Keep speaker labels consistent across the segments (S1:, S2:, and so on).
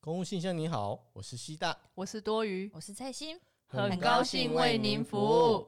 S1: 公务信箱，你好，我是西大，
S2: 我是多余，
S3: 我是蔡心，
S2: 很高兴为您服务。。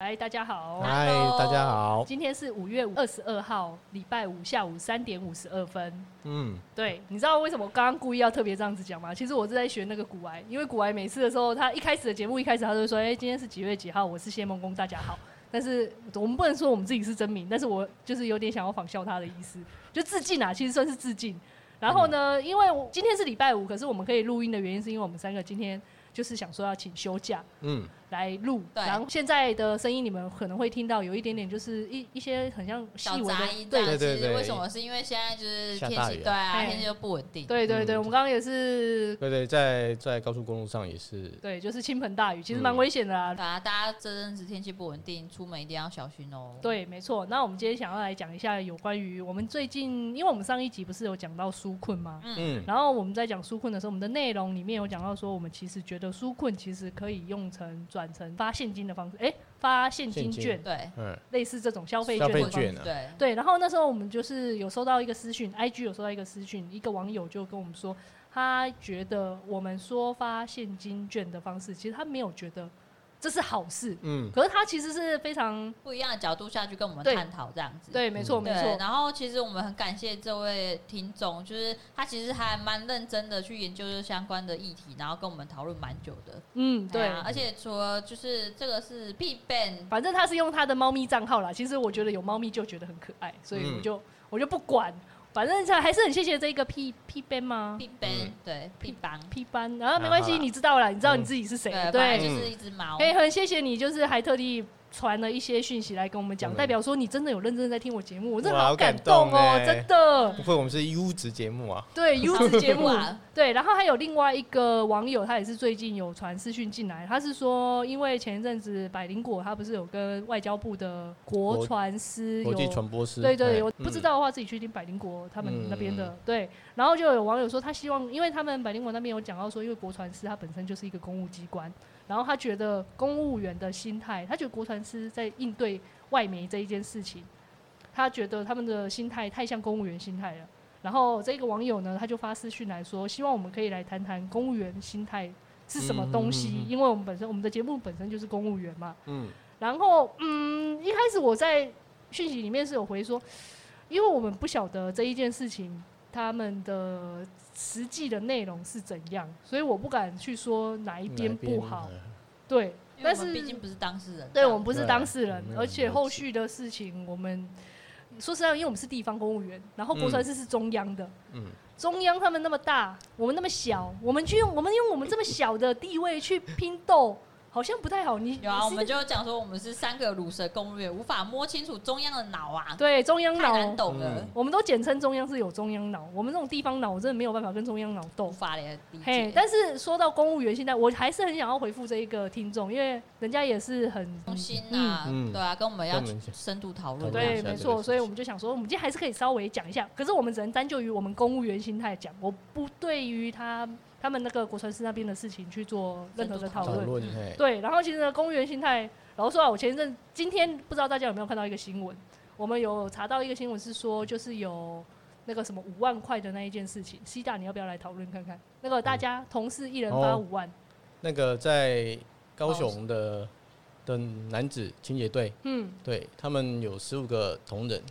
S4: 嗨，大家好。
S1: 嗨，
S3: Hello
S1: 大家好，
S4: 今天是五月二十二号，礼拜五下午三点五十二分。
S1: 嗯，
S4: 对，你知道为什么我刚刚故意要特别这样子讲吗？其实我是在学那个古癌，因为古癌每次的时候，他一开始的节目一开始他就会说：“哎、今天是几月几号？我是谢梦工，大家好。”但是我们不能说我们自己是真名，但是我就是有点想要仿效他的意思，就致敬啊，其实算是致敬。然后呢，因为我今天是礼拜五，可是我们可以录音的原因是因为我们三个今天就是想说要请休假，
S1: 嗯，
S4: 来录，
S3: 对
S4: 然后现在的声音你们可能会听到有一点点，就是一一些很像细
S3: 小
S4: 微
S3: 杂
S4: 的，
S3: 音，
S4: 对
S1: 对对
S3: 其实
S1: 对
S3: 为什么？是因为现在就是
S1: 下
S3: 天
S1: 大
S3: 气，
S1: 雨啊
S3: 对啊，
S4: 哎
S3: 天气就不稳定。
S4: 对对对，
S1: 嗯
S4: 我们刚刚也是，
S1: 对对，在在高速公路上也是，
S4: 对，就是倾盆大雨，其实
S1: 嗯
S4: 蛮危险的啦。
S3: 对啊，大家这阵子天气不稳定，出门一定要小心哦。，
S4: 对，没错。那我们今天想要来讲一下有关于我们最近，因为我们上一集不是有讲到纾困吗？
S1: 嗯，
S4: 然后我们在讲纾困的时候，我们的内容里面有讲到说，我们其实觉得纾困其实可以用成转成发现金的方式，哎，发现
S1: 现
S4: 金
S1: 金
S4: 券，
S3: 对，
S1: 嗯，
S4: 类似这种消费
S1: 消
S4: 券
S1: 费
S4: 的方式
S1: 券啊
S3: 对，
S4: 对，然后那时候我们就是有收到一个私讯，IG 有收到一个私讯，一个网友就跟我们说，他觉得我们说发现金券的方式，其实他没有觉得这是好事，
S1: 嗯，
S4: 可是他其实是非常
S3: 不一样的角度下去跟我们
S4: 对
S3: 探讨这样子。
S4: 对，没错，
S1: 嗯
S4: 没
S3: 对，
S4: 错，
S3: 然后其实我们很感谢这位听众，就是他其实还蛮认真的去研究这相关的议题，然后跟我们讨论蛮久的。
S4: 嗯，对。
S3: 啊而且除了就是这个是必备，
S4: 反正他是用他的猫咪账号啦，其实我觉得有猫咪就觉得很可爱，所以
S1: 嗯
S4: 我就、我就不管，反正还是很谢谢这个 P P 班吗
S3: 必备
S1: 嗯，
S3: 对，必帮，
S4: ？P 班，然后没关
S1: 啊好
S4: 系，
S1: 啦
S4: 你知道啦，你知道
S1: 嗯
S4: 你自己是谁，对，
S3: 对，本来就是一只猫，
S4: 哎、很谢谢你，就是还特地传了一些讯息来跟我们讲，
S1: 嗯
S4: 代表说你真的有认真在听我节目，我真的
S1: 哇
S4: 好
S1: 好感
S4: 感动
S1: 动
S4: 哦，
S1: 欸
S4: 真的。
S1: 不会，我们是优质节目啊，
S4: 对优质节目
S3: 哇，
S4: 对，然后还有另外一个网友，他也是最近有传私讯进来，他是说，因为前一阵子百灵果他不是有跟外交部的国传司有
S1: 国际传播师，
S4: 对
S1: 哎
S4: 对，
S1: 嗯
S4: 有不知，道的话自己去听百灵果他们那边的、对。然后就有网友说，他希望，因为他们百灵果那边有讲到说，因为国传司它本身就是一个公务机关，然后他觉得公务员的心态，他觉得国传司在应对外媒这一件事情，他觉得他们的心态太像公务员心态了。然后这个网友呢，他就发私讯来说，希望我们可以来谈谈公务员心态是什么东西，
S1: 嗯嗯嗯嗯
S4: 因为我们本身我们的节目本身就是公务员嘛。
S1: 嗯
S4: 然后，嗯，一开始我在讯息里面是有回说，因为我们不晓得这一件事情他们的实际的内容是怎样，所以我不敢去说哪一
S1: 嗯，
S4: 边
S1: 哪
S4: 不好。，
S1: 嗯
S4: 对，
S3: 因为
S4: 但
S3: 我们
S4: 是
S3: 毕竟不是当事人，
S4: 对我们不是
S1: 对
S4: 当事
S1: 我
S4: 人
S1: 们没，有
S4: 而且后续的事情我们说实在，因为我们是地方公务员，然后国传司是中央的。
S1: 嗯，
S4: 中央他们那么大，我们那么小，我们去用我们用我们这么小的地位去拼斗，好像不太好。你
S3: 有啊，
S4: 你
S3: 我
S4: 是
S3: 们就讲说我们是三个乳蛇攻略，无法摸清楚中央的脑啊，
S4: 对中央
S3: 太
S4: 脑
S3: 难懂了
S1: 嗯，
S4: 我们都简称中央是有中央脑，我们这种地方脑，我真的没有办法跟中央脑
S3: 无
S4: 斗。
S3: 法理
S4: 嘿
S3: 解，。
S4: 但是说到公务员现在，我还是很想要回复这一个听众，因为人家也是很
S3: 中心啊，
S1: 嗯嗯
S3: 对啊，跟我们要
S1: 跟我们一起
S3: 深度讨论。
S1: 讨论一下
S4: 对，没
S1: 这个事
S4: 错，
S1: 情
S4: 所以我们就想说，我们今天还是可以稍微讲一下，可是我们只能单就于我们公务员心态讲，我不对于他他们那个国传司那边的事情去做任何的讨
S3: 讨
S1: 讨
S4: 论。
S1: 论，哎
S3: 嗯
S1: 嘿，
S4: 对，然后其实呢，公务员心态，老实说啊，我前一阵今天不知道大家有没有看到一个新闻，我们有查到一个新闻是说，就是有那个什么五万块的那一件事情，西大你要不要来讨论看看？那个大家同事一人发
S1: 哦
S4: 五万，
S1: 那个在高雄的的男子清洁队，
S4: 嗯，
S1: 对他们有十五个同仁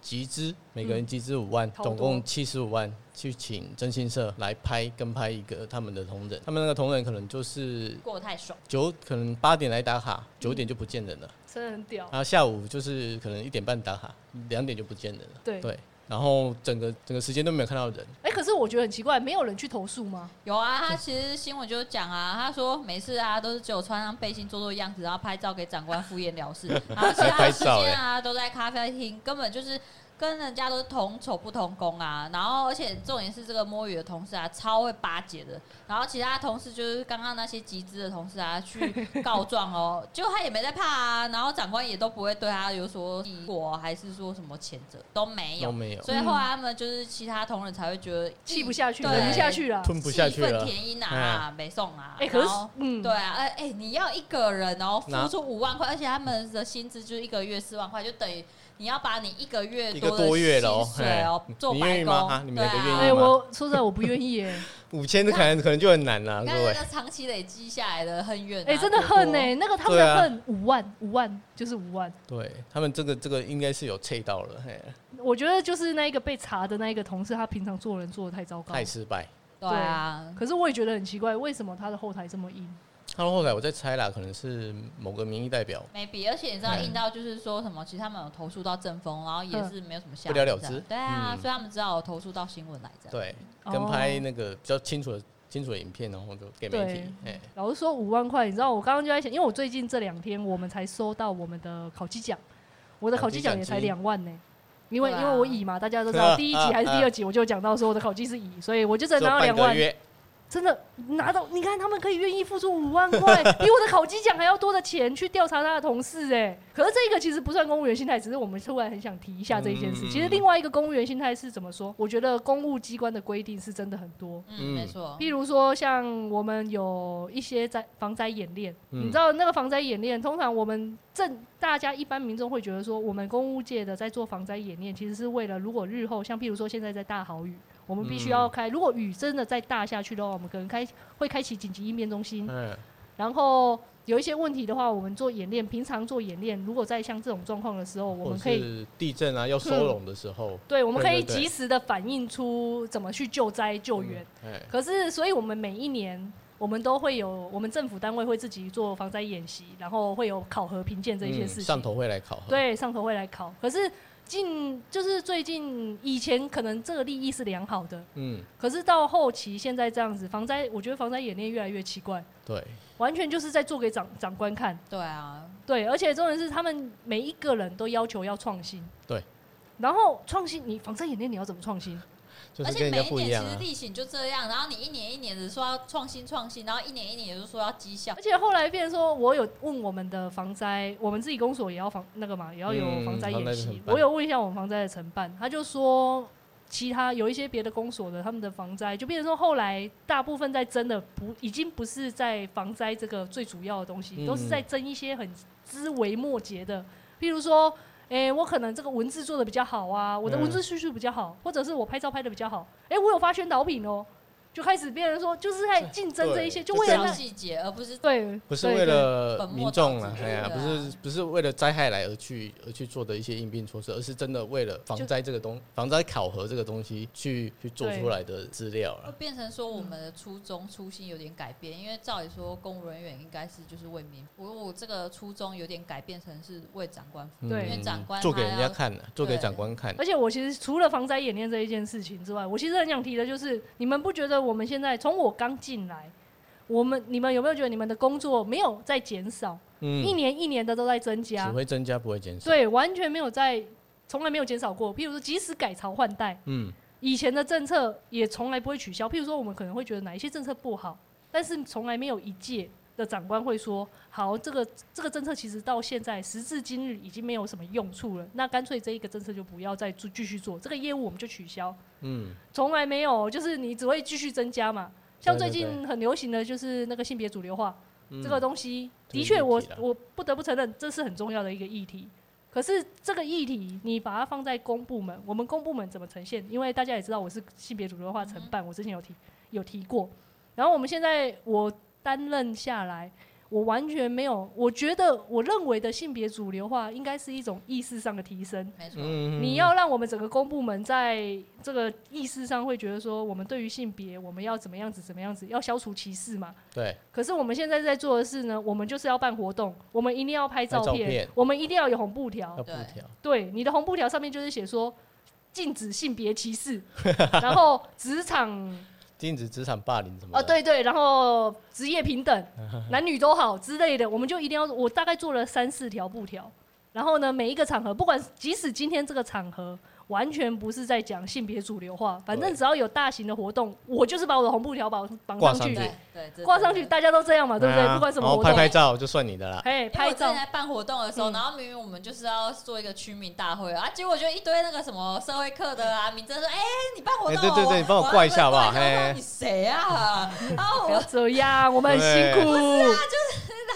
S1: 集资，每
S3: 嗯
S1: 个人集资五万，
S4: 好多
S1: 总共七十五万，去请征信社来拍跟拍一个他们的同仁。他们那个同仁可能就是
S3: 过嗯得太爽，
S1: 九，可能八点来打卡，九点就不见人了，
S3: 哦
S4: 真的很屌，
S1: 然后下午就是可能一点半打卡，两点就不见人了。
S4: 对。
S1: 对，然后整个整个时间都没有看到人，
S4: 哎、可是我觉得很奇怪，没有人去投诉吗？
S3: 有啊，他其实新闻就讲啊，他说没事啊，都是只有穿上背心做做样子，
S1: 欸
S3: 啊然后拍照给长官敷衍了事，然后其他的时间啊都在咖啡厅，根本就是跟人家都是同酬不同工啊，然后而且重点是这个摸鱼的同事啊，超会巴结的。然后其他同事就是刚刚那些集资的同事啊，去告状哦，结果他也没在怕啊，然后长官也都不会对他有所疑惑，还是说什么谴责都没
S1: 都
S3: 有。
S1: 没有，
S3: 所以后来他们就是其他同仁才会觉得
S4: 气不下去，
S3: 嗯对
S4: 忍不下去了。
S3: 哦
S1: 吞嗯不下去
S3: 义愤
S1: 了。哎
S3: 填膺啊，没送啊。
S4: 哎，可是
S3: 然后
S4: 嗯，
S3: 对啊，哎、哎，你要一个人哦，
S1: 拿
S3: 付出五万块，而且他们的薪资就是一个月四万块，就等于你要把你一个月
S1: 一
S3: 多
S1: 个
S3: 的
S1: 多月了哦
S3: 薪水哦
S1: 嘿，
S3: 做
S1: 你愿
S3: 白
S1: 意
S3: 工
S1: 吗啊你们
S3: 对
S1: 两个愿意
S4: 哎，
S1: 吗
S3: 啊
S4: 我说实在我不愿意 耶，
S1: 五千这可能可能就很难了，
S3: 你
S1: 各
S3: 看那
S1: 位。
S3: 个长期累积下来的恨怨、啊，
S4: 哎，真的
S3: 多多
S4: 恨呢，那个他们
S1: 对
S4: 的
S1: 啊
S4: 恨五万，五万就是五万。
S1: 对他们这个这个应该是有切到了，嘿，
S4: 我觉得就是那一个被查的那一个同事，他平常做人做的太糟
S3: 哦
S4: 糕
S1: 太。失败。
S3: 对啊，
S4: 可是我也觉得很奇怪，为什么他的后台这么硬？
S1: 他们后来我在猜啦，可能是某个民意代表
S3: maybe，而且你知道
S1: 嗯
S3: 硬到就是说什么，其实他们有投诉到政风，然后也是没有什么下
S1: 哎不了了
S3: 文这样
S1: 之
S3: 对啊，
S1: 嗯
S3: 所以他们只好投诉到新闻来这样。
S1: 对，
S4: 哦
S1: 跟拍那个比较清楚的清楚的影片，然后就给媒体，哎，
S4: 老实说，五万块，你知道我刚刚就在想，因为我最近这两天我们才收到我们的烤鸡奖，我的烤鸡奖也才
S1: 烤鸡
S4: 两万呢、因为、
S3: 对啊
S4: 因为我乙嘛，大家都知道，第一集还是第二集我就讲到说我的烤鸡是乙，所以我就只拿到
S1: 半
S4: 两
S1: 个
S4: 万，
S1: 月，
S4: 真的拿到，你看他们可以愿意付出五万块，比我的烤鸡奖还要多的钱去调查他的同事哎、可是这个其实不算公务员心态，只是我们突然很想提一下这一件事。
S1: 嗯
S4: 其实另外一个公务员心态是怎么说？我觉得公务机关的规定是真的很多，
S3: 嗯，
S1: 嗯
S3: 没错。
S4: 譬如说，像我们有一些在防灾演练，
S1: 嗯
S4: 你知道那个防灾演练，通常我们正大家一般民众会觉得说，我们公务界的在做防灾演练，其实是为了如果日后像譬如说现在在大豪雨，我们必须
S1: 嗯
S4: 要开，如果雨真的再大下去的话，我们可能开会开启紧急应变中心，
S1: 嗯，
S4: 然后有一些问题的话，我们做演练，平常做演练，如果在像这种状况的时候，我
S1: 或
S4: 们
S1: 者
S4: 可以
S1: 是地震啊要收拢的时候，
S4: 对，我们可
S1: 对
S4: 以
S1: 对对
S4: 及时的反映出怎么去救灾救援。
S1: 嗯，哎，
S4: 可是，所以我们每一年，我们都会有我们政府单位会自己做防灾演习，然后会有考核评鉴这一些
S1: 嗯
S4: 事情。
S1: 上头会来考核，，
S4: 对上头会来考。可是近就是最近以前可能这个利益是良好的，
S1: 嗯，
S4: 可是到后期现在这样子防灾，我觉得防灾演练越来越奇怪，
S1: 对，
S4: 完全就是在做给长长官看。
S3: 对啊，
S4: 对，而且重点是他们每一个人都要求要创新。
S1: 对。
S4: 然后创新，你防灾演练你要怎么创新？
S1: 就
S3: 而
S1: 是跟
S3: 且
S1: 人
S3: 每
S1: 家不
S3: 一
S1: 一
S3: 年
S1: 样
S3: 其实
S1: 啊，
S3: 例行就这样，然后你一年一年的说要创新创新，然后一年一年也就说要绩效
S4: 而，且后来变成说，我有问我们的防灾，我们自己公所也要防那个嘛，也要有
S1: 嗯
S4: 防
S1: 防灾
S4: 灾演
S1: 的
S4: 习
S1: 承。办
S4: 我有问一下我们防灾的承办，他就说，其他有一些别的公所的他们的防灾，就变成说后来大部分在争的不，已经不是在防灾这个最主要的东西，
S1: 嗯
S4: 都是在争一些很枝微末节的，譬如说。诶，我可能这个文字做的比较好啊，我的
S1: 嗯
S4: 文字叙述比较好，或者是我拍照拍的比较好。诶，我有发宣导品哦，就开始变成说，就是在竞争这一些，
S1: 对
S4: 就
S1: 就
S4: 为了
S1: 这
S3: 小
S4: 那
S1: 样
S3: 细节，而不是
S4: 对，
S1: 不是
S4: 对
S1: 为
S4: 对
S1: 了
S3: 本末
S1: 民众
S3: 倒
S1: 啊
S3: 置，
S1: 哎呀，
S3: 对
S1: 不
S3: 啊
S1: 是不是为了灾害来而去而去做的一些应变措施，而是真的为了防灾这个东防灾考核这个东西去去做
S4: 对
S1: 出来的资料
S3: 会
S1: 啊，
S3: 变成说我们的初衷初心有点改变，因为照理说公务人员应该是就是为民服务，我这个初衷有点改变成是为长官服务，
S4: 对
S3: 因为长
S1: 嗯
S3: 官啊
S1: 做给
S3: 他
S1: 人家
S3: 要
S1: 看的，做给
S3: 对
S1: 长官看，
S4: 而且我其实除了防灾演练这一件事情之外，我其实很想提的就是，你们不觉得我们现在从我刚进来，我们你们有没有觉得你们的工作没有在减少，
S1: 嗯
S4: 一，年一年的都在增
S1: 只
S4: 加？
S1: 会增加不会减少，
S4: 啊对，啊完全没有在，从来没有减少过。譬如说，即使改朝换代，
S1: 嗯。
S4: 以前的政策也从来不会取消。譬如说，我们可能会觉得哪一些政策不好，但是从来没有一届的长官会说：“好，这个这个政策其实到现在时至今日已经没有什么用处了，那干脆这一个政策就不要再做，继续做，这个业务我们就取消。”
S1: 嗯，
S4: 从来没有，就是你只会继续增加嘛。像最
S1: 对对
S4: 近很流行的就是那个性别主流化，这个
S1: 都
S4: 东西
S1: 这个嗯
S4: 的
S1: 议
S4: 确我，
S1: 题啦
S4: 我不得不承认，这是很重要的一个议题。可是这个议题，你把它放在公部门，我们公部门怎么呈现？因为大家也知道我是性别主流化承
S1: 嗯
S4: 办，我之前有提有提过。然后我们现在我担任下来，我完全没有，我觉得我认为的性别主流化应该是一种意识上的提升。
S3: 没错，
S1: 嗯
S4: 你要让我们整个公部门在这个意识上会觉得说，我们对于性别我们要怎么样子怎么样子，要消除歧视嘛。
S1: 对，
S4: 可是我们现在在做的事呢，我们就是要办活动，我们一定要拍照
S1: 拍照片
S4: 我们一定要有红布条
S1: 要。布
S3: 对
S1: 条，
S4: 哦对，你的红布条上面就是写说禁止性别歧视， 然后 职场
S1: 禁止职场霸凌什么的。
S4: 哦对对，然后职业平 等，男女都好之类的，我们就一定要。我大概做了三四条布条，然后呢，每一个场合，不管即使今天这个场合，完全不是在讲性别主流化，反正
S1: 对
S4: 只要有大型的活动，我就是把我的红布条绑绑
S1: 挂
S4: 上
S1: 上
S4: 去
S1: 去，
S3: 对对，这
S4: 挂上去，
S3: 真的
S4: 大家都这样哦嘛，对不对？
S1: 啊
S4: 不管什么
S1: 然
S4: 活
S1: 后
S4: 动，
S1: 拍拍照就算你的 啦。
S4: 哎，
S3: 因为
S4: 拍
S3: 我之前
S4: 照
S3: 在办活动的时候，
S4: 嗯
S3: 然后明明我们就是要做一个区民大会啊，结果就一堆那个什么社会课的啊，民政说：“哎、你办活动、哦
S1: 哎对对对你帮我
S3: 我
S1: 挂一下吧
S3: 我要
S1: 嘿
S3: 问你谁啊？然 后
S4: 不要
S3: 我
S4: 这样，我们很辛苦。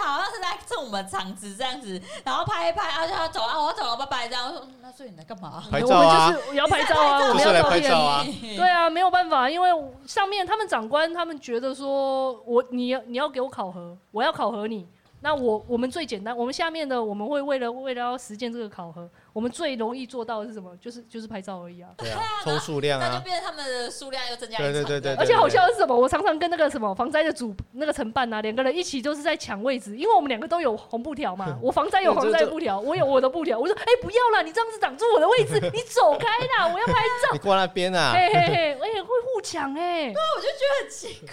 S3: 好像是在蹭我们场子这样子，然后拍一拍，然后就他走啊，我要走了，拜拜这样。我说：“那所以你来干嘛
S1: 拍照啊
S4: 我们就是要拍照啊，我
S1: 就
S4: 们
S1: 是来
S4: 要照
S1: 拍
S4: 片
S1: 照。啊，
S4: 对啊，没有办法，因为上面他们长官他们觉得说，我你要你要给我考核，我要考核你。那我我们最简单，我们下面的我们会为了为了要实践这个考核，我们最容易做到的是什么？就是就是拍照而已啊。
S1: 对啊， 抽数量
S3: 那就
S1: 啊，
S3: 变成他们的数量又增加一
S1: 对对
S3: 层
S1: 对对
S4: 而且好笑的是什么？我常常跟那个什么防灾的主那个承办啊，两个人一起都是在抢位置，因为我们两个都有红布条 嘛。我防灾有防灾的布条， 我有我的布条。我说，哎、不要啦，你这样子挡住我的位置，你走开啦，我要拍 哎
S1: 你挂那边啊，
S4: 嘿嘿嘿，我也会互抢哎、
S3: 很奇怪，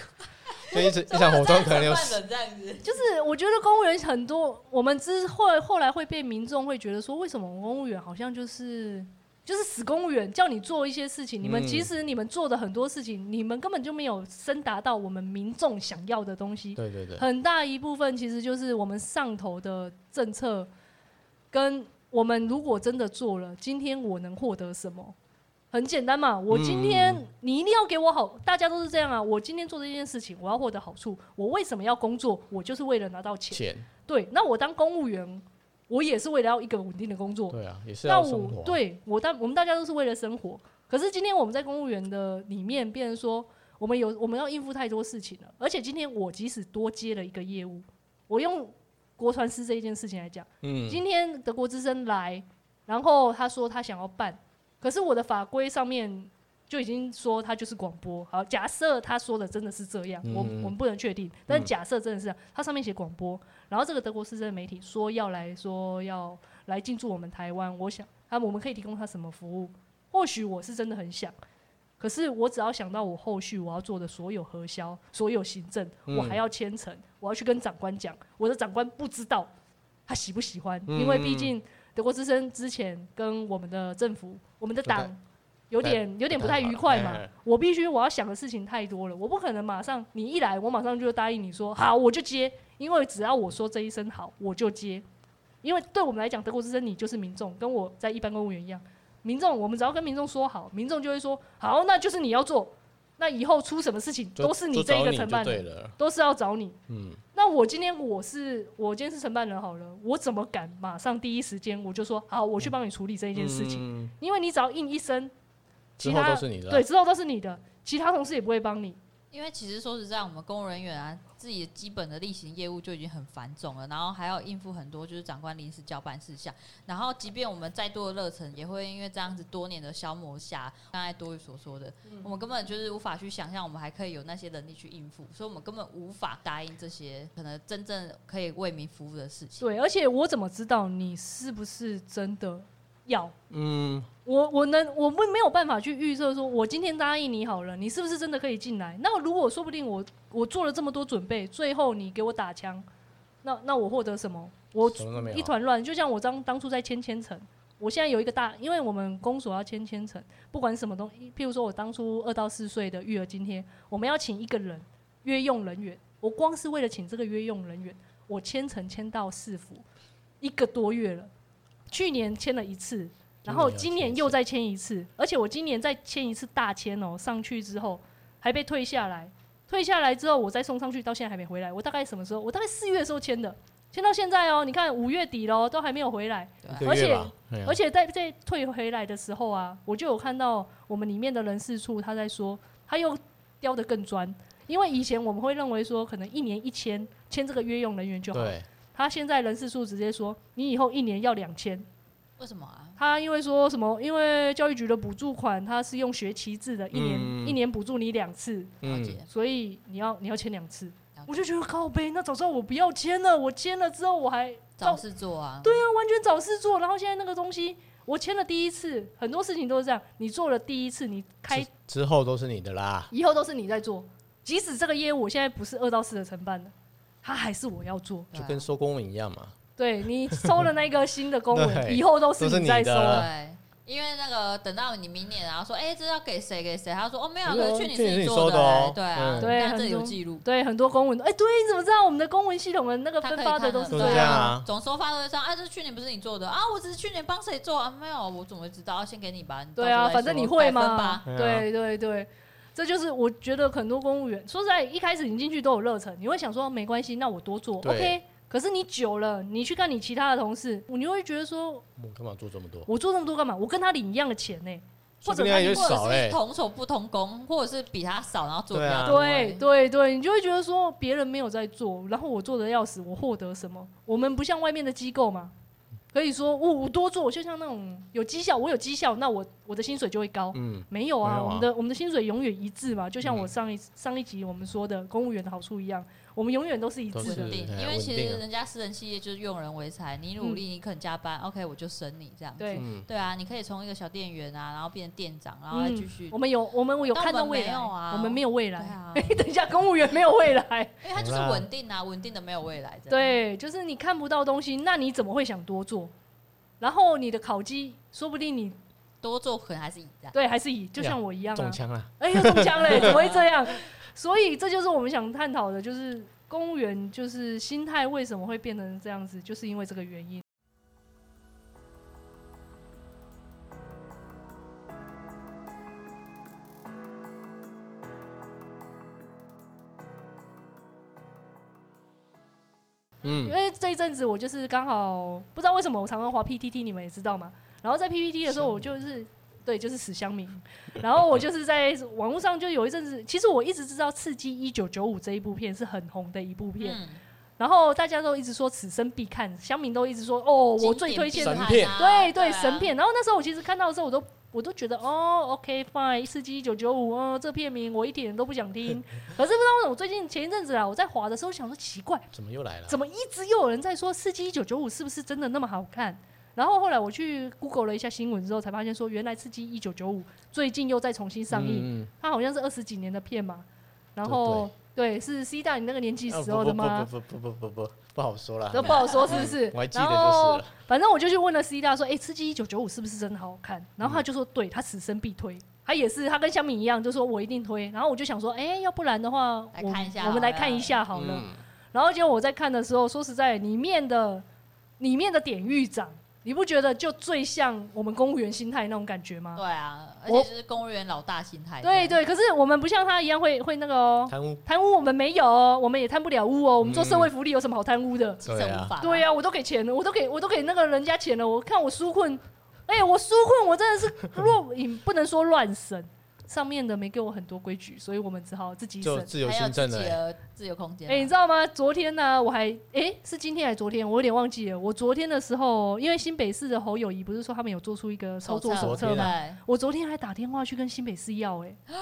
S1: 就一直一场活动可能 有
S3: 怎
S1: 十
S3: 么会这样子。
S4: 就是我觉得公务员很多，我们之后后来会被民众会觉得说，为什么公务员好像就是就是死公务员，叫你做一些事情，你们
S1: 嗯
S4: 其实你们做的很多事情，你们根本就没有深达到我们民众想要的东西。
S1: 对对对，
S4: 很大一部分其实就是我们上头的政策，跟我们如果真的做了，今天我能获得什么？很简单嘛，我今天、
S1: 嗯
S4: 你一定要给我好，大家都是这样啊。我今天做这件事情，我要获得好处。我为什么要工作？我就是为了拿到钱。
S1: 钱，
S4: 对，那我当公务员，我也是为了要一个稳定的工作。
S1: 对啊，也是
S4: 那
S1: 要生活
S4: 我
S1: 啊，
S4: 对我大我们大家都是为了生活，可是今天我们在公务员的里面，变成说我们有我们要应付太多事情了，而且今天我即使多接了一个业务，我用国传师这一件事情来讲，
S1: 嗯，
S4: 今天德国之声来，然后他说他想要办，可是我的法规上面就已经说他就是广播。好，假设他说的真的是这样，我
S1: 嗯
S4: 我们不能确定，但假设真的是这样，他上面写广播，然后这个德国市政媒体说要来说要来进驻我们台湾，我想他我们可以提供他什么服务？或许我是真的很想。可是我只要想到我后续我要做的所有核销、所有行政，
S1: 嗯
S4: 我还要签呈，我要去跟长官讲，我的长官不知道他喜不喜欢，因为
S1: 嗯
S4: 毕竟德国之声之前跟我们的政府、我们的
S1: 不太
S4: 党有点有点不太愉快嘛
S1: 哎哎。
S4: 我必须我要想的事情太多了，我不可能马上你一来，我马上就答应你说好我就接，因为只要我说这一声好我就接，因为对我们来讲，德国之声你就是民众，跟我在一般公务员一样，民众我们只要跟民众说好，民众就会说好，那就是你要做，那以后出什么事情
S1: 就
S4: 都是
S1: 就
S4: 这一
S1: 找
S4: 个
S1: 就
S4: 承办
S1: 对
S4: 人，
S1: 了，
S4: 都是要找你。
S1: 嗯，
S4: 那我今天我是我今天是承办人好了，我怎么敢马上第一时间我就说好，我去帮你处理这一
S1: 一
S4: 件事情？
S1: 情
S4: 因为你只要应一声，
S1: 嗯之
S4: 其
S1: 后
S4: 他
S1: 都是你的啊，
S4: 对之后都是你的，其他同事也不会帮你。
S3: 因为其实说实在，我们公务人员啊，自己基本的例行业务就已经很繁重了，然后还要应付很多就是长官临时交办事项。然后，即便我们再多的热忱，也会因为这样子多年的消磨下，刚才多余所说的，
S4: 嗯
S3: 我们根本就是无法去想象我们还可以有那些能力去应付，所以我们根本无法答应这些可能真正可以为民服务的事情。
S4: 对，而且我怎么知道你是不是真的要？
S1: 嗯，
S4: 我我能我们没有办法去预测说，我今天答应你好了，你是不是真的可以进来？那如果说不定我我做了这么多准备，最后你给我打枪，那那我获得什么？我
S1: 什么都没有，啊
S4: 一团乱。就像我当当初在签签层，我现在有一个大，因为我们公所要签签层，不管什么东西，譬如说我当初二到四岁的育儿津贴，我们要请一个人约用人员，我光是为了请这个约用人员，我签层签到市府一个多月了，去年签了一次。然后今年又再签一次，而且我今年再签一次大签哦，上去之后还被退下来，退下来之后我再送上去，到现在还没回来。我大概什么时候？我大概四月的时候签的，签到现在哦，你看五月底喽，都还没有回来。
S1: 一个
S4: 而
S1: 月
S4: 且
S1: 吧哎呀
S4: 而且在在退回来的时候啊，我就有看到我们里面的人事处他在说，他又雕得更专，因为以前我们会认为说可能一年一千，签这个约用人员就好。
S1: 对，
S4: 他现在人事处直接说，你以后一年要两千。
S3: 为什么啊？
S4: 他因为说什么？因为教育局的补助款，他是用学期制的，一年、
S1: 嗯
S4: 一年补助你两次，
S3: 了
S1: 嗯，
S3: 解，
S4: 所以你要你要签两次
S3: 了解。
S4: 我就觉得靠背，那早知道我不要签了，我签了之后我还
S3: 找
S4: 照
S3: 事做啊。
S4: 对啊，完全找事做。然后现在那个东西，我签了第一次，很多事情都是这样，你做了第一次，你开
S1: 之之后都是你的啦，
S4: 以后都是你在做。即使这个业务我现在不是二到四的承办了，它还是我要做。
S3: 对
S1: 就
S3: 啊
S1: 跟收公文一样嘛，
S4: 对你收了那个新的公文，
S1: 对
S4: 以后都是
S1: 都是
S4: 你
S1: 你
S4: 在收
S1: 的。
S3: 对，因为那个等到你明年，然后说，哎、这要给谁给谁？他说，哦，没有啊，
S1: 没有
S3: 可
S1: 啊
S3: 是去你
S1: 去年
S3: 自己
S1: 你
S3: 做
S1: 收
S3: 的、
S1: 的哦
S3: 对啊，
S1: 嗯
S4: 对
S3: 那这
S4: 很
S3: 里有
S4: 多
S3: 记录。
S4: 对，很多公文，哎、对，你怎么知道我们的公文系统的那个
S3: 他可
S4: 分
S3: 以
S4: 发
S3: 看
S4: 的
S3: 得
S4: 都
S3: 到
S4: 是
S1: 都
S4: 这
S1: 这样
S4: 样？
S1: 啊
S3: 总收发都会这样啊，这去年不是你做的啊？我只是去年帮谁做啊？没有，我怎么会知道？先给你吧，你到
S4: 对
S3: 时候
S4: 啊，
S3: 再
S4: 反正
S3: 说
S4: 你会
S3: 百分
S4: 嘛
S3: 吧？
S4: 对对对，这就是我觉得很多公务员，说实在，一开始你进去都有热忱，你会想说没关系，那我多做
S1: 对
S4: ，OK。可是你久了，你去看你其他的同事，你会觉得说，
S1: 我嗯干嘛做这么多？
S4: 我做那么多干嘛？我跟他领一样的钱呢、
S1: 说
S4: 或
S1: 不
S4: 者
S1: 定
S4: 他
S1: 还有
S3: 或
S1: 少欸哎
S3: 者是
S1: 嘞，
S3: 同手不同工，或者是比他少，然后做比
S1: 对啊
S3: 较多、
S4: 对对对，你就会觉得说别人没有在做，然后我做的要死，我获得什么？我们不像外面的机构嘛，可以说哦我我多做，就像那种有绩效，我有绩效，那我我的薪水就会高。
S1: 嗯，
S4: 没有啊，
S1: 没有啊
S4: 我们的我们的薪水永远一致嘛，就像我
S1: 嗯
S4: 上一、上一集我们说的公务员的好处一样，我们永远都是一
S1: 都
S4: 致
S1: 是
S4: 的
S3: 稳。定，
S1: 哎
S3: 因为
S1: 稳
S3: 其
S1: 定
S3: 实
S1: 啊
S3: 人家私人企业就是用人为才，你努力，你肯加班，OK，我就升你这样。
S4: 嗯对，
S1: 嗯，
S3: 对啊，你可以从一个小店员啊，然后变成店长，
S4: 嗯
S3: 然后再继续
S4: 我。们有我们有
S3: 但
S4: 看到
S3: 我们
S4: 未
S3: 没
S4: 来，
S3: 有啊
S4: 我们没有未
S3: 对
S4: 来。
S3: 啊，
S4: 等一下，公务员没有未来，
S3: 因为他就是
S1: 好啦
S3: 稳定啊，稳定的没有未来。这样，
S4: 对，就是你看不到东西，那你怎么会想多做？然后你的烤鸡，说不定你
S3: 多做可能还是一样。
S4: 对还是以就
S1: 呀
S4: 像我一样啊
S1: 中，枪啦，
S4: 哎，又中枪 了，怎么会这样？所以这就是我们想探讨的，就是公务员就是心态为什么会变成这样子，就是因为这个原因。因
S1: 嗯，
S4: 为这一阵子我就是刚好不知道为什么我常常滑 PTT，你们也知道嘛。然后在 PPT 的时候，我就是对，就是死乡民。然后我就是在网络上就有一阵子，其实我一直知道《刺激一九九五》这一部片是很红的一部片，
S3: 嗯，
S4: 然后大家都一直说此生必看，乡民都一直说哦，我最推荐
S1: 神
S4: 的
S1: 经。
S3: 片啊，
S4: 对对，
S3: 啊
S4: 神。片。然后那时候我其实看到的时候，我都我都觉得哦，OK fine，《刺激一九九五》嗯，这片名我一点都不想听。可是不知道为什么，最近前一阵子啊，我在滑的时候想说奇怪。
S1: 怎么又来了？
S4: 怎么一直又有人在说《刺激一九九五》是不是真的那么好看？然后后来我去 Google 了一下新闻之后，才发现说原来《刺激一九九五》最近又再重新上映，
S1: 嗯？嗯
S4: 它好像是二十几年的片嘛。然后对，是 C 大你那个年纪
S1: 啊
S4: 时候的吗？
S1: 不不不不不不不不好说啦
S4: 都。不好说是不是？
S1: 我还记得
S4: 然
S1: 就是
S4: 后
S1: 了，
S4: 反正我就去问了 C 大说：“哎，《刺激一九九五》是不是真的好看？”然后他就说：“对，他此生必推。”他也是，他跟香敏一样，就说我一定推。然后我就想说，哎，要不然的话，
S3: 来
S4: 我
S3: 看一下
S4: 我们
S3: 好
S4: 来
S3: 了
S4: 看一下好了。
S1: 嗯，
S4: 然后结果我在看的时候，说实在，里面的里面的典狱长，你不觉得就最像我们公务员心态那种感觉吗？
S3: 对啊，而
S4: 我
S3: 且就是公务员老大心态。
S4: 对，对，可是我们不像他一样会会那个哦，
S1: 贪污，
S4: 贪污我们没有哦，我们也贪不了污哦，我们做社会福利有什么好贪污的？
S3: 基本
S1: 对啊
S3: 无法。
S4: 对呀、我都给钱了，我都给我都给那个人家钱了，我看我纾困，哎、我纾困，我真的是 落影，不能说乱省，上面的没给我很多规矩，所以我们只好自己
S1: 就
S4: 省。
S1: 自由
S3: 还有
S1: 新
S3: 自
S1: 政
S3: 己
S1: 了欸，
S3: 的自由空间。
S4: 啊
S3: 啊
S4: 哎、你知道吗？昨天呢、我还哎、是今天还是昨天？我有点忘记了。我昨天的时候，因为新北市的侯友谊不是说他们有做出一个操作手
S1: 手
S4: 册
S1: 册
S4: 吗？
S3: 对，啊
S4: 我昨天还打电话去跟新北市要、欸，哎、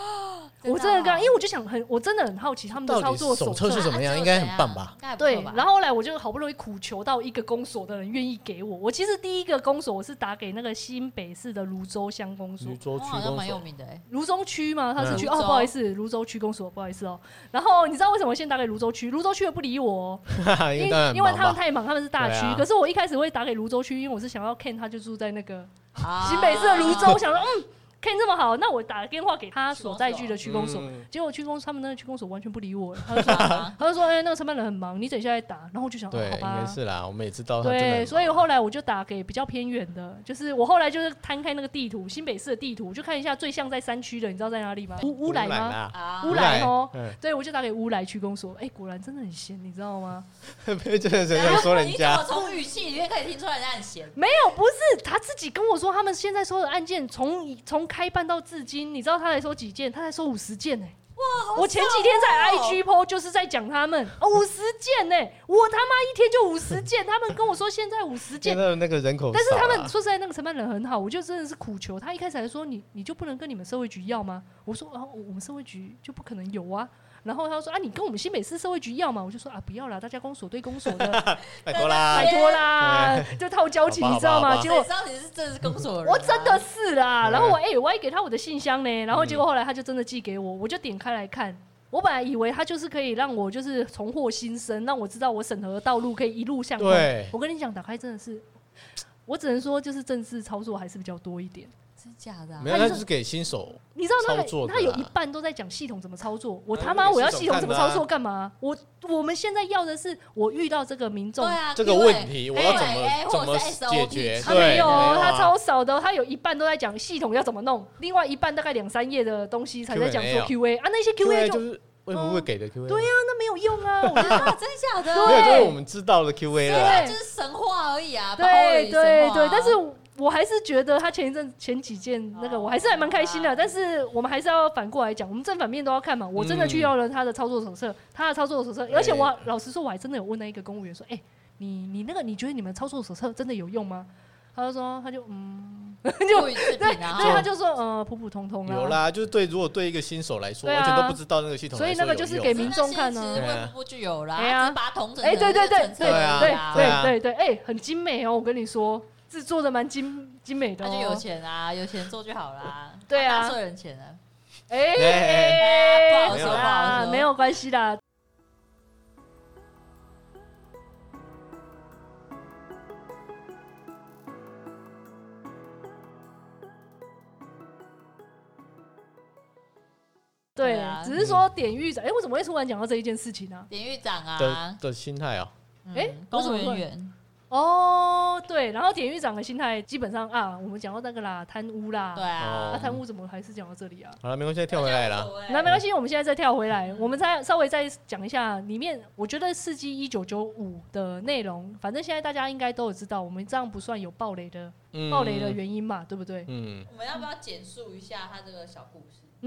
S3: 真
S4: 我真的
S3: 哦
S4: 刚，因为我就想很，我真的很好奇他们的
S1: 到
S4: 操
S1: 底
S4: 作
S1: 手
S4: 册
S1: 册是什么样？应该很棒吧？？
S3: 啊这
S4: 对
S3: 有怎样应该还不错吧，
S4: 然后后来我就好不容易苦求到一个公所的人愿意给我。我其实第一个公所我是打给那个新北市的泸州乡公所
S1: 泸，州区
S3: 好像
S1: 公
S3: 蛮有
S1: 所，
S3: 名的哎，
S4: 泸州区吗？他是
S1: 嗯
S4: 区、
S3: 泸
S4: 哦，
S3: 州
S4: 不好意思，泸州区公所，不好意思哦。然后你知道为什么我先打给泸州区？泸州区也不理我哦、
S1: 因
S4: 因
S1: 当然
S4: 因为
S1: 忙
S4: 他们
S1: 吧
S4: 太忙，他们是大
S1: 对
S4: 区。
S1: 啊
S4: 可是我一开始会打给泸州区，因为我是想要 Ken，他就住在那个
S3: 啊
S4: 新北市的泸州，我想
S1: 啊
S4: 说嗯，Ken 这么好，那我打电话给他所在区的区公所。
S1: 嗯
S4: 结果区公他们那个区公所完全不理我，他
S3: 是吧
S4: 他就 说：“哎、那个承办人很忙，你等一下再打。”然后我就想，
S1: 对，
S4: 哦、好
S1: 应该
S4: 吧。
S1: 是啦，我们也知道他真的很
S4: 对，
S1: 忙
S4: 所以后来我就打给比较偏远的，就是我后来就是摊开那个地图，新北市的地图，就看一下最像在山区的，你知道在哪里吗？乌乌来吗？
S1: 啦
S3: 啊
S4: 乌来哦
S1: 嗯，
S4: 对，我就打给乌来区公所，哎、果然真的很闲，你知道吗？
S1: 被真的谁在说人
S3: 你怎么
S1: 家？
S3: 从语气里面可以听出来人家很闲？
S4: 没有，不是他自己跟我说，他们现在收的案件从以从开办到至今，你知道他才收几件？他才收五十件呢、
S1: 哦
S4: 哇！我前几天
S3: 哦
S4: 在 IG PO 就是在讲他们哦五十件呢、 我他妈一天就五十件，他们跟我说现在五十
S1: 现
S4: 件，
S1: 在的那个人口少啊
S4: 但
S1: 啦，
S4: 是他们说实在那个承办人很好，我就真的是苦求他一开始还说你你就不能跟你们社会局要吗？我说啊我我们社会局就不可能有啊。然后他说啊，你跟我们新北市社会局要嘛？我就说啊，不要啦，大家公所对公 所的
S1: 拜托啦
S4: 拜，托啦，就套交情，
S1: 哎好吧
S4: 你知道
S1: 好
S4: 吗？
S1: 吧
S4: 结
S3: 谁
S4: 果
S3: 知道你是真的是公所人啊？
S4: 我真的是
S1: 嗯
S4: 啦。然后我哎、我还给他我的信箱呢，然后结果后来他就真的寄给我，我就点开来看。我本来以为他就是可以让我就是重获新生，让我知道我审核的道路可以一路向东
S1: 对。
S4: 我跟你讲，打开真的是我只能说，就是政治操作还是比较多一点。
S3: 真假的啊
S1: 没？有，那就是给新手
S4: 你知道那
S1: 操作的
S4: 个
S1: 啊
S4: 他有
S1: 啦
S4: 一半都在讲系统怎么操作，我
S1: 那
S4: 他
S1: 就
S4: 妈
S1: 给
S4: 我要
S1: 系
S4: 系
S1: 统
S4: 统怎么
S1: 看的啊
S4: 操作干嘛？我我们现在要的是我遇到这个民众
S3: 对，啊，
S1: 这个
S3: 因为
S1: 问题，我要怎
S3: 哎哎
S1: 么
S3: 或
S1: 怎
S3: 者
S1: 么
S3: 是 SOP
S1: 解决？
S4: 他
S1: 对
S4: 没有哦，
S1: 啊
S4: 他超少的哦，他有一半都在讲系统要怎么弄，另外一半大概两三页的东西才在讲
S1: Q&A
S4: 做
S1: 啊
S4: Q&A 啊，那些
S1: Q&A
S4: Q&A
S1: 就
S4: 就是
S1: 卫福部给的 Q&A，
S4: 对呀、那没有用啊，我觉得
S3: 啊，真假的？
S1: 没有，就是
S4: 对
S1: 我们知道的 Q&A
S4: 对
S1: 了。
S3: 啊就是神话而已啊，把欧
S4: 对
S3: 语神
S4: 对
S3: 话啊
S4: 对，但是我还是觉得他前一阵前几件那个
S3: 哦
S4: 我还是还蛮开心的，
S3: 啊
S4: 但是我们还是要反过来讲，我们正反面都要看嘛。我真的去要了他的操作手册，他的操作手册，而且我老实说，我还真的有问那一个公务员说，哎，你你那个你觉得你们操作手册真的有用吗？他就说，他就嗯，
S3: 物语制品啊，
S4: 对，他就说呃普普通通
S1: 有啦，就是对，如果对一个新手来说，
S4: 对啊
S1: 完全都不知道那个系统
S4: 所
S1: 来
S4: 以
S1: 说有
S4: 那
S1: 用，
S4: 个就是给民众看
S3: 呢，
S4: 啊
S3: 其实卫福部就有啦，
S4: 哎呀
S3: 只是把它统整成
S4: 哎对对对
S3: 一个
S4: 对
S3: 政策而
S1: 对
S3: 已啊
S1: 对啊
S4: 对对对，哎、很精美哦，我跟你说，制作的蛮精精美的
S3: 他
S4: 哦。
S3: 就有钱啊，有钱做就好啦。
S4: 对啊
S3: 纳税人钱啊，
S4: 哎、
S1: 哎哎
S4: 哎
S3: 哎不好
S1: 说
S4: 好
S3: 不好
S4: 啦，
S3: 说
S4: 没有关系啦。对
S3: 对啊，
S4: 只是说典狱长，哎、我怎么会突然讲到这一件事情呢、
S3: 典狱长
S1: 的
S3: 啊，
S1: 的心态啊，
S3: 嗯
S4: 哎我
S3: 公
S4: 怎
S3: 务
S4: 么
S3: 人
S4: 会
S3: 员，
S4: 哦，对，然后典狱长的心态基本上啊，我们讲到那个啦，贪污啦，
S3: 对
S4: 啊，
S1: 哦
S3: 啊，
S4: 贪污怎么还是讲到这里啊？
S1: 好了，没关系，再跳回来啦。
S3: 欸
S4: 那没关系，我们现在再跳回来，我们再稍微再讲一下里面，我觉得《世纪一九九五》的内容，反正现在大家应该都有知道，我们这样不算有暴雷的
S1: 嗯
S4: 暴雷的原因嘛，对不对？
S1: 嗯，
S3: 我们要不要简述一下他这个小故事？